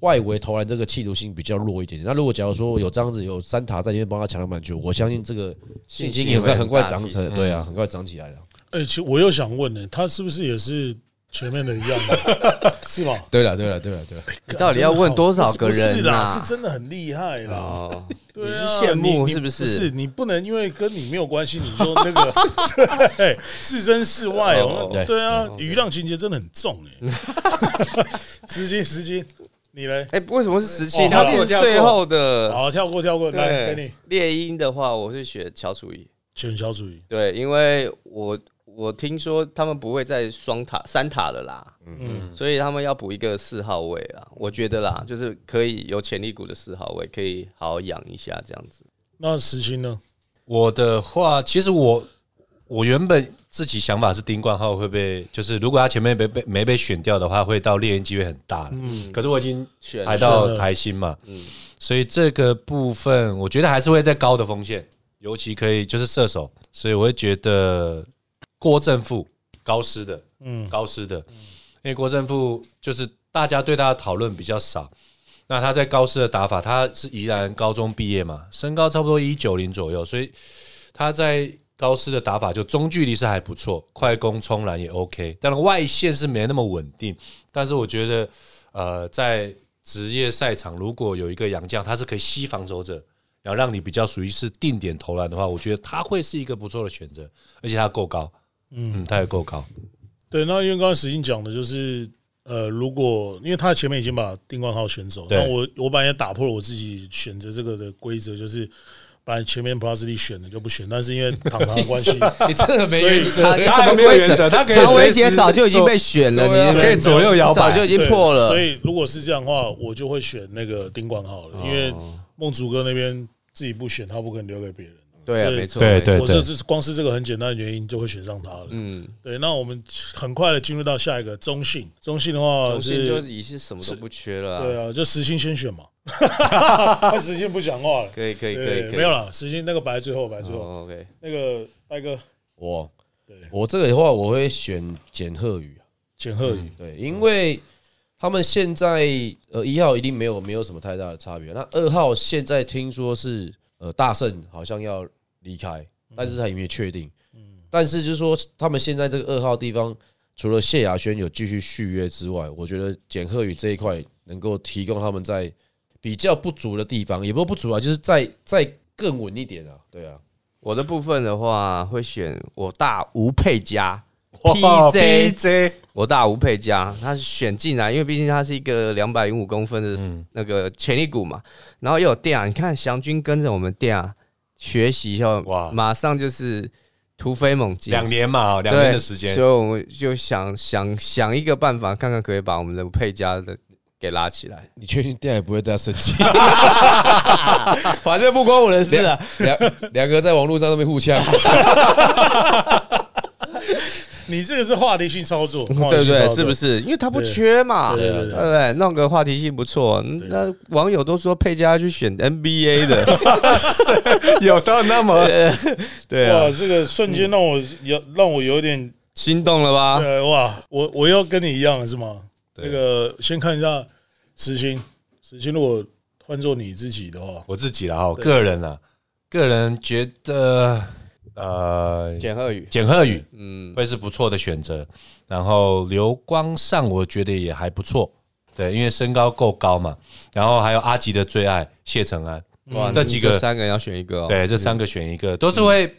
[SPEAKER 5] 外围投篮这个企图心比较弱一点。那如果假如说有这样子有三塔在里面帮他抢篮板球，我相信这个信心也
[SPEAKER 2] 会
[SPEAKER 5] 会很快
[SPEAKER 2] 大
[SPEAKER 5] 长
[SPEAKER 2] 提
[SPEAKER 5] 成，
[SPEAKER 2] 升
[SPEAKER 5] 对啊，很快长起来了。
[SPEAKER 3] 哎，其实我又想问呢，他是不是也是前面的一样的？ 是吧？
[SPEAKER 5] 对了，对了，对了，对了，
[SPEAKER 2] 你到底要问多少个
[SPEAKER 3] 不是
[SPEAKER 2] 人
[SPEAKER 3] 啦，
[SPEAKER 2] 啊？
[SPEAKER 3] 是真的很厉害啦。
[SPEAKER 2] 哦，
[SPEAKER 3] 对
[SPEAKER 2] 你是
[SPEAKER 3] 啊
[SPEAKER 2] 羡慕
[SPEAKER 3] 你
[SPEAKER 2] 是
[SPEAKER 3] 你
[SPEAKER 2] 不
[SPEAKER 3] 不
[SPEAKER 2] 是
[SPEAKER 3] 是，你不能因为跟你没有关系，你就 那个对置身事外哦
[SPEAKER 2] 哦。
[SPEAKER 5] 对
[SPEAKER 3] 对啊，余量情节真的很重 哎。十斤十斤，你来，
[SPEAKER 2] 哎，为什么是十七？
[SPEAKER 3] 哦
[SPEAKER 2] 他是
[SPEAKER 3] 跳过跳过
[SPEAKER 2] 最后的。
[SPEAKER 3] 好跳过跳过，来
[SPEAKER 2] 对
[SPEAKER 3] 给你，
[SPEAKER 2] 猎鹰的话，我是选乔楚怡。
[SPEAKER 3] 选小主义。
[SPEAKER 2] 对，因为我我听说他们不会在双塔、三塔的啦，
[SPEAKER 3] 嗯，
[SPEAKER 2] 所以他们要补一个四号位啊。我觉得啦，就是可以有潜力股的四号位，可以好好养一下这样子。
[SPEAKER 3] 那十星呢？
[SPEAKER 4] 我的话，其实我我原本自己想法是丁冠浩会被，就是如果他前面被被没被选掉的话，会到猎鹰机会很大了。可是我已经
[SPEAKER 2] 选
[SPEAKER 4] 排
[SPEAKER 3] 是
[SPEAKER 4] 到
[SPEAKER 3] 的
[SPEAKER 4] 台新嘛，所以这个部分我觉得还是会在高的锋线，尤其可以就是射手，所以我会觉得郭正富高师的，
[SPEAKER 3] 嗯
[SPEAKER 4] 嗯，高师的，因为郭正富就是大家对他的讨论比较少。那他在高师的打法，他是宜兰高中毕业嘛，身高差不多一九零左右，所以他在高斯的打法就中距离是还不错，快攻冲篮也 OK，当然外线是没那么稳定，但是我觉得呃，在职业赛场如果有一个洋将，他是可以吸防守者，然后让你比较属于是定点投篮的话，我觉得他会是一个不错的选择，而且他够高，嗯，他也够高，
[SPEAKER 3] 对，那因为刚刚石英讲的就是，呃，如果因为他前面已经把丁冠浩选走，
[SPEAKER 4] 对
[SPEAKER 3] 那我我本来也打破了我自己选择这个的规则，就是本来前面 Plus 里选的就不选，但是因为躺堂的关系，
[SPEAKER 5] 你真的没原则
[SPEAKER 2] 他
[SPEAKER 5] 欸，
[SPEAKER 4] 他还没有原则他可以
[SPEAKER 2] 陈维
[SPEAKER 4] 随时
[SPEAKER 2] 杰早就已经被选了，
[SPEAKER 5] 对啊
[SPEAKER 2] 你
[SPEAKER 4] 可以左右摇摆
[SPEAKER 2] 早就已经
[SPEAKER 3] 对
[SPEAKER 2] 破了
[SPEAKER 3] 所。以如果是这样的话，我就会选那个丁冠浩了，因为
[SPEAKER 4] 哦
[SPEAKER 3] 梦竹哥那边自己不选，他不可能留给别人。
[SPEAKER 2] 对啊，
[SPEAKER 3] 所以
[SPEAKER 2] 没错，
[SPEAKER 4] 对
[SPEAKER 2] 没错
[SPEAKER 4] 对
[SPEAKER 3] 我这是光是这个很简单的原因就会选上他了。
[SPEAKER 2] 嗯，
[SPEAKER 3] 对，那我们很快的进入到下一个中信，中信的话
[SPEAKER 2] 中
[SPEAKER 3] 是
[SPEAKER 2] 心就是已经什么都不缺了、啊。
[SPEAKER 3] 对
[SPEAKER 2] 啊，
[SPEAKER 3] 啊，就时薪 先选嘛，他时薪不讲话了。
[SPEAKER 2] 可以可以可以
[SPEAKER 3] 对，
[SPEAKER 2] 可以。
[SPEAKER 3] 没有了，时薪那个摆在最后，摆在最后。
[SPEAKER 2] 哦，OK，嗯
[SPEAKER 3] 那个戴哥
[SPEAKER 5] 我
[SPEAKER 3] 对
[SPEAKER 5] 我这个的话，我会选简鹤宇啊，
[SPEAKER 3] 简鹤宇，
[SPEAKER 5] 对，因为他们现在呃一号一定没有没有什么太大的差别，那二号现在听说是呃大圣好像要离开，但是还没有确定，但是就是说他们现在这个二号地方。除了谢亚轩有继续续约之外，我觉得简鹤宇这一块能够提供他们在比较不足的地方，也不是不足啊，就是再再更稳一点啊，对啊，
[SPEAKER 2] 我的部分的话会选我大吴佩嘉
[SPEAKER 4] 哇
[SPEAKER 2] PJ，
[SPEAKER 4] PJ
[SPEAKER 2] 我大吴佩嘉，他是选进来，因为毕竟他是一个两百零五公分
[SPEAKER 4] 嗯
[SPEAKER 2] 的那个潜力股嘛，然后又有电啊，你看祥军跟着我们电啊学习以后，
[SPEAKER 4] 哇
[SPEAKER 2] 哇，马上就是突飞猛进，
[SPEAKER 4] 两年嘛，哦两
[SPEAKER 2] 对
[SPEAKER 4] 年的时间
[SPEAKER 2] 所以我们就想想想一个办法，看看可不可以把我们的佩嘉的给拉起来。
[SPEAKER 5] 你确定店也不会对他生气？
[SPEAKER 2] 反正不关我的事啊，
[SPEAKER 5] 两两个在网络上那边互呛，
[SPEAKER 3] 你这个是话题性操作，话
[SPEAKER 2] 对
[SPEAKER 3] 题
[SPEAKER 2] 不
[SPEAKER 3] 性操
[SPEAKER 2] 对？
[SPEAKER 3] 作
[SPEAKER 2] 是不？是？因为他不缺嘛，
[SPEAKER 3] 对
[SPEAKER 2] 对
[SPEAKER 3] 对对
[SPEAKER 2] 不
[SPEAKER 3] 对
[SPEAKER 2] 对？弄个话题性不错，嗯那网友都说佩嘉去选 NBA 的，
[SPEAKER 4] 有到那么
[SPEAKER 2] 对
[SPEAKER 3] 哇，
[SPEAKER 2] 啊，嗯
[SPEAKER 3] 这个瞬间让我有让我有点
[SPEAKER 2] 心动了吧？
[SPEAKER 3] 呃哇，我我要跟你一样了是吗？
[SPEAKER 4] 对
[SPEAKER 3] 那个先看一下时薪，时薪如果换做你自己的话，
[SPEAKER 4] 我自己了哈，我
[SPEAKER 3] 对
[SPEAKER 4] 个人啦，个人觉得呃，
[SPEAKER 2] 简鹤宇，
[SPEAKER 4] 简鹤宇
[SPEAKER 2] 嗯，
[SPEAKER 4] 会是不错的选择。然后刘光上，我觉得也还不错，对，因为身高够高嘛。然后还有阿吉的最爱谢承安，
[SPEAKER 2] 哇，
[SPEAKER 4] 这几个
[SPEAKER 2] 三个人要选一个哦，
[SPEAKER 4] 对，这三个选一个都是会、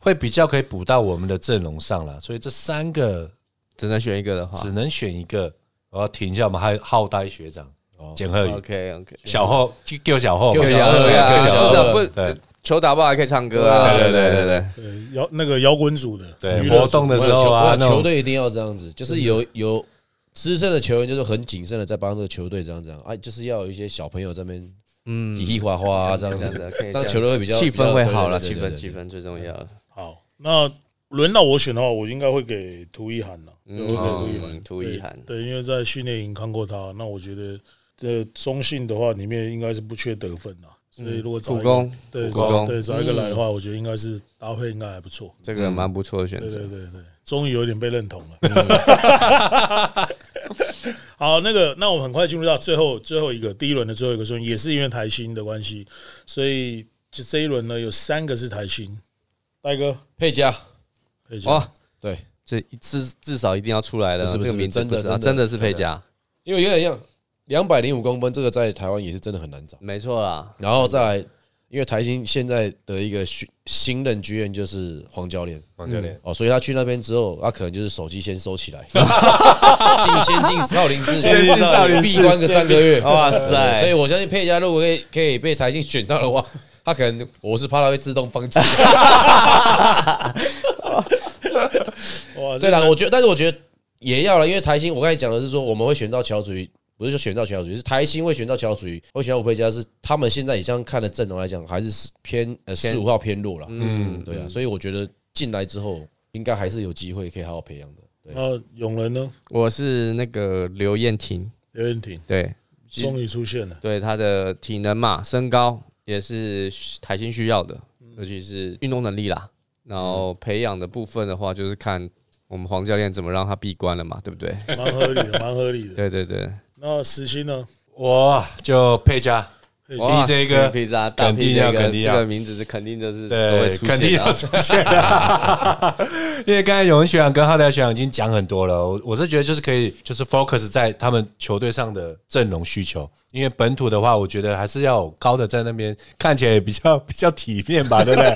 [SPEAKER 4] 会比较可以补到我们的阵容上了。所以这三个
[SPEAKER 2] 只能选一个的话
[SPEAKER 4] 只能选一个，我要停一下我们还有浩呆学长
[SPEAKER 5] 哦
[SPEAKER 4] 简鹤宇。
[SPEAKER 2] ，OK OK，
[SPEAKER 4] 小后就就小后，
[SPEAKER 5] 给
[SPEAKER 2] 小
[SPEAKER 5] 小
[SPEAKER 2] 小
[SPEAKER 5] 二
[SPEAKER 2] 二
[SPEAKER 5] 啊
[SPEAKER 2] 啊，
[SPEAKER 5] 给
[SPEAKER 2] 至
[SPEAKER 5] 小二
[SPEAKER 2] 少不
[SPEAKER 4] 对
[SPEAKER 2] 球打不好还可以唱歌啊，对
[SPEAKER 4] 对对对
[SPEAKER 2] 对
[SPEAKER 4] 对
[SPEAKER 2] 对
[SPEAKER 4] 对
[SPEAKER 2] 对，
[SPEAKER 3] 对摇那个摇滚组的
[SPEAKER 4] 对
[SPEAKER 3] 娱乐
[SPEAKER 4] 活
[SPEAKER 3] 组
[SPEAKER 4] 动的
[SPEAKER 5] 我
[SPEAKER 4] 时
[SPEAKER 5] 想球
[SPEAKER 4] 候
[SPEAKER 5] 我
[SPEAKER 4] 啊，
[SPEAKER 5] 想
[SPEAKER 4] 那
[SPEAKER 5] 球
[SPEAKER 4] 种
[SPEAKER 5] 队一定要这样子，就是有有资深的球员，就是很谨慎的在帮这个球队这样这样，哎，就是要有一些小朋友在那边
[SPEAKER 2] 嗯
[SPEAKER 5] 嘻嘻哗哗啊这样
[SPEAKER 2] 这样
[SPEAKER 5] 子，
[SPEAKER 2] 子可以
[SPEAKER 5] 这样
[SPEAKER 2] 这样
[SPEAKER 5] 球队会比较
[SPEAKER 2] 气氛会好了，
[SPEAKER 5] 对
[SPEAKER 2] 气
[SPEAKER 5] 对对
[SPEAKER 2] 氛
[SPEAKER 5] 对
[SPEAKER 2] 气氛最重要了，
[SPEAKER 3] 好，那轮到我选的话，我应该会给涂一涵了，我会给涂一
[SPEAKER 2] 嗯
[SPEAKER 3] 涵，
[SPEAKER 2] 涂一涵
[SPEAKER 3] 对，对因为在训练营看过他，那我觉得这中信的话里面应该是不缺得分啦。啊所以如果找
[SPEAKER 2] 普
[SPEAKER 3] 一个
[SPEAKER 2] 嗯攻
[SPEAKER 3] 对
[SPEAKER 2] 普攻
[SPEAKER 3] 找对找一个来的话，我觉得应该是搭配应该还不错。
[SPEAKER 2] 这个蛮不错的选
[SPEAKER 3] 对
[SPEAKER 2] 择
[SPEAKER 3] 对。对对，终于有点被认同了。
[SPEAKER 2] 嗯
[SPEAKER 3] 好，那个，那我们很快进入到最后最后一个第一轮的最后一个顺位，也是因为台新的关系，所以这这一轮呢有三个是台新。戴哥
[SPEAKER 5] 佩佳，
[SPEAKER 3] 可以讲，
[SPEAKER 2] 哇，
[SPEAKER 5] 对，
[SPEAKER 2] 这至至少一定要出来了，
[SPEAKER 5] 不是不
[SPEAKER 2] 这
[SPEAKER 5] 是
[SPEAKER 2] 个名字
[SPEAKER 5] 真的
[SPEAKER 2] 不是啊，
[SPEAKER 5] 真的
[SPEAKER 2] 真的是配角，
[SPEAKER 5] 因为有点一样，两百零五公分这个在台湾也是真的很难找。
[SPEAKER 2] 没错啦。
[SPEAKER 5] 然后再来，因为台新现在的一个新新任剧院就是黄教练
[SPEAKER 4] 王教练，
[SPEAKER 5] 哦，所以他去那边之后，他可能就是手机先收起来，进先进少林寺，
[SPEAKER 2] 先进少林寺
[SPEAKER 5] 闭关个三个 月。
[SPEAKER 2] 哇
[SPEAKER 5] 对所以
[SPEAKER 2] 塞，
[SPEAKER 5] 我相信佩佳如果可以可以被台新选到 的话，他可能我是怕他会自动放弃。
[SPEAKER 3] 哇，
[SPEAKER 5] 对
[SPEAKER 3] 这
[SPEAKER 5] 啦，
[SPEAKER 3] 个
[SPEAKER 5] 我觉得，但是我觉得也要了，因为台新我刚才讲的是说我们会选到乔楚瑜，不是说选到乔楚瑜，是台新会选到乔楚瑜，会选到吴佩嘉，是他们现在以这样看的阵容来讲，还是偏呃
[SPEAKER 2] 偏
[SPEAKER 5] 十五号偏弱了。
[SPEAKER 2] 嗯，
[SPEAKER 5] 对啊，所以我觉得进来之后应该还是有机会可以好好培养的。对，
[SPEAKER 3] 呃，永仁呢
[SPEAKER 2] 我是那个刘燕婷，
[SPEAKER 3] 刘彦廷
[SPEAKER 2] 对其实
[SPEAKER 3] 终于出现了，
[SPEAKER 2] 对，她的体能嘛，身高也是台新需要的，尤其是运动能力啦。然后嗯培养的部分的话，就是看我们黄教练怎么让她闭关了嘛，对不对？
[SPEAKER 3] 蛮合理的，蛮合理的。
[SPEAKER 2] 对对 对，
[SPEAKER 3] 那石鑫呢？
[SPEAKER 4] 哇，就佩佳，
[SPEAKER 2] 哇
[SPEAKER 4] PJ 哥
[SPEAKER 2] 肯定是啊，大
[SPEAKER 4] 肯定
[SPEAKER 2] PJ
[SPEAKER 4] 要
[SPEAKER 2] 哥
[SPEAKER 4] 肯定要
[SPEAKER 2] 这个名字是肯定就是都会
[SPEAKER 4] 对，
[SPEAKER 2] 出
[SPEAKER 4] 肯定
[SPEAKER 2] 现
[SPEAKER 4] 要
[SPEAKER 2] 啊。
[SPEAKER 4] 出现的， 因为刚才永恩学长跟浩代学长已经讲很多了，我我是觉得就是可以就是 focus 在他们球队上的阵容需求，因为本土的话，我觉得还是要有高的在那边看起来也比较比较体面吧，对不对？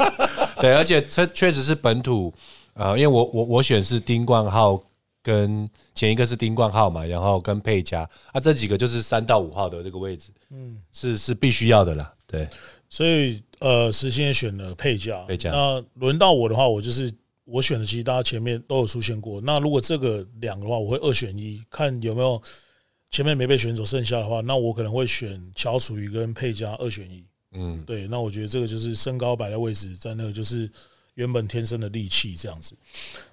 [SPEAKER 4] 对，而且确确实是本土，呃，因为我我我选是丁冠浩跟前一个是丁冠浩嘛，然后跟佩佳啊这几个就是三到五号的这个位置，嗯，是是必须要的啦，对，
[SPEAKER 3] 所以呃，石鑫也选了配角。
[SPEAKER 4] 配角
[SPEAKER 3] 那轮到我的话，我就是我选的，其实大家前面都有出现过。那如果这个两个的话，我会二选一，看有没有前面没被选走，剩下的话，那我可能会选乔楚瑜跟佩佳二选一。
[SPEAKER 4] 嗯。
[SPEAKER 3] 对，那我觉得这个就是身高摆在位置，在那个就是原本天生的力气这样子。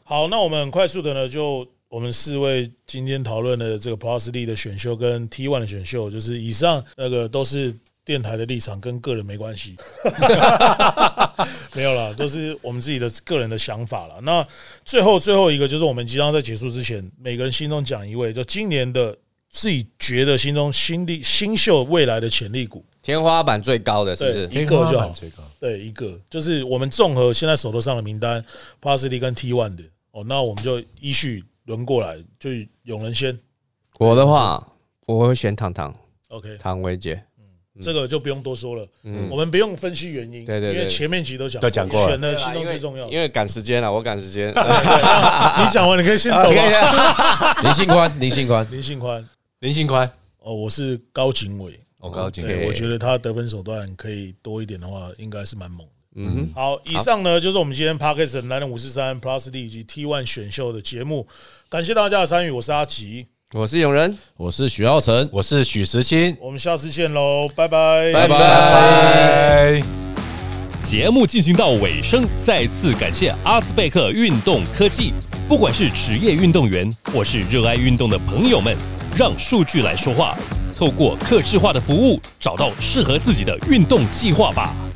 [SPEAKER 3] 好，那我们很快速的呢，就我们四位今天讨论的这个 Plus D 的选秀跟 T One 的选秀，就是以上那个都是电台的立场，跟个人没关系。没有啦，都是我们自己的个人的想法啦。那最后最后一个就是我们即将在结束之前，每个人心中讲一位，就今年的自己觉得心中新力新秀未来的潜力股。
[SPEAKER 2] 天花板最高的是不是？
[SPEAKER 3] 对一个就好
[SPEAKER 4] 最高。
[SPEAKER 3] 对，一个就是我们综合现在手头上的名单 p a s l y 跟 T One 的哦，那我们就依序轮过来，就永仁先
[SPEAKER 2] 我的话，我会选糖糖，
[SPEAKER 3] ，OK，
[SPEAKER 2] 唐薇姐。
[SPEAKER 4] 嗯
[SPEAKER 3] 这个就不用多说了，我们不用分析原因，
[SPEAKER 2] 对对对
[SPEAKER 3] 因为前面集都讲
[SPEAKER 4] 都讲过了
[SPEAKER 3] 选的心中最重要。
[SPEAKER 2] 因为赶时间啊了，我赶时 间。
[SPEAKER 4] 啊
[SPEAKER 3] 你讲完，你可以先 走吧。
[SPEAKER 5] 林信宽，林信宽，
[SPEAKER 3] 林信宽，
[SPEAKER 4] 林信宽，
[SPEAKER 3] 哦，我是高景伟，
[SPEAKER 4] 我高进。
[SPEAKER 3] 对，我觉得他得分手段可以多一点的话，应该是蛮猛的。
[SPEAKER 2] 嗯哼，
[SPEAKER 3] 好，以上呢就是我们今天 Parkes 男人五四三 Plus D 以及 T One 选秀的节目，感谢大家的参与，我是阿吉，
[SPEAKER 2] 我是永仁，
[SPEAKER 5] 我是许耀成，
[SPEAKER 4] 我是许时清，
[SPEAKER 3] 我们下次见喽，拜拜，
[SPEAKER 2] 拜拜
[SPEAKER 4] 拜。
[SPEAKER 1] 节目进行到尾声，再次感谢阿斯贝克运动科技。不管是职业运动员或是热爱运动的朋友们，让数据来说话，透过客制化的服务，找到适合自己的运动计划吧。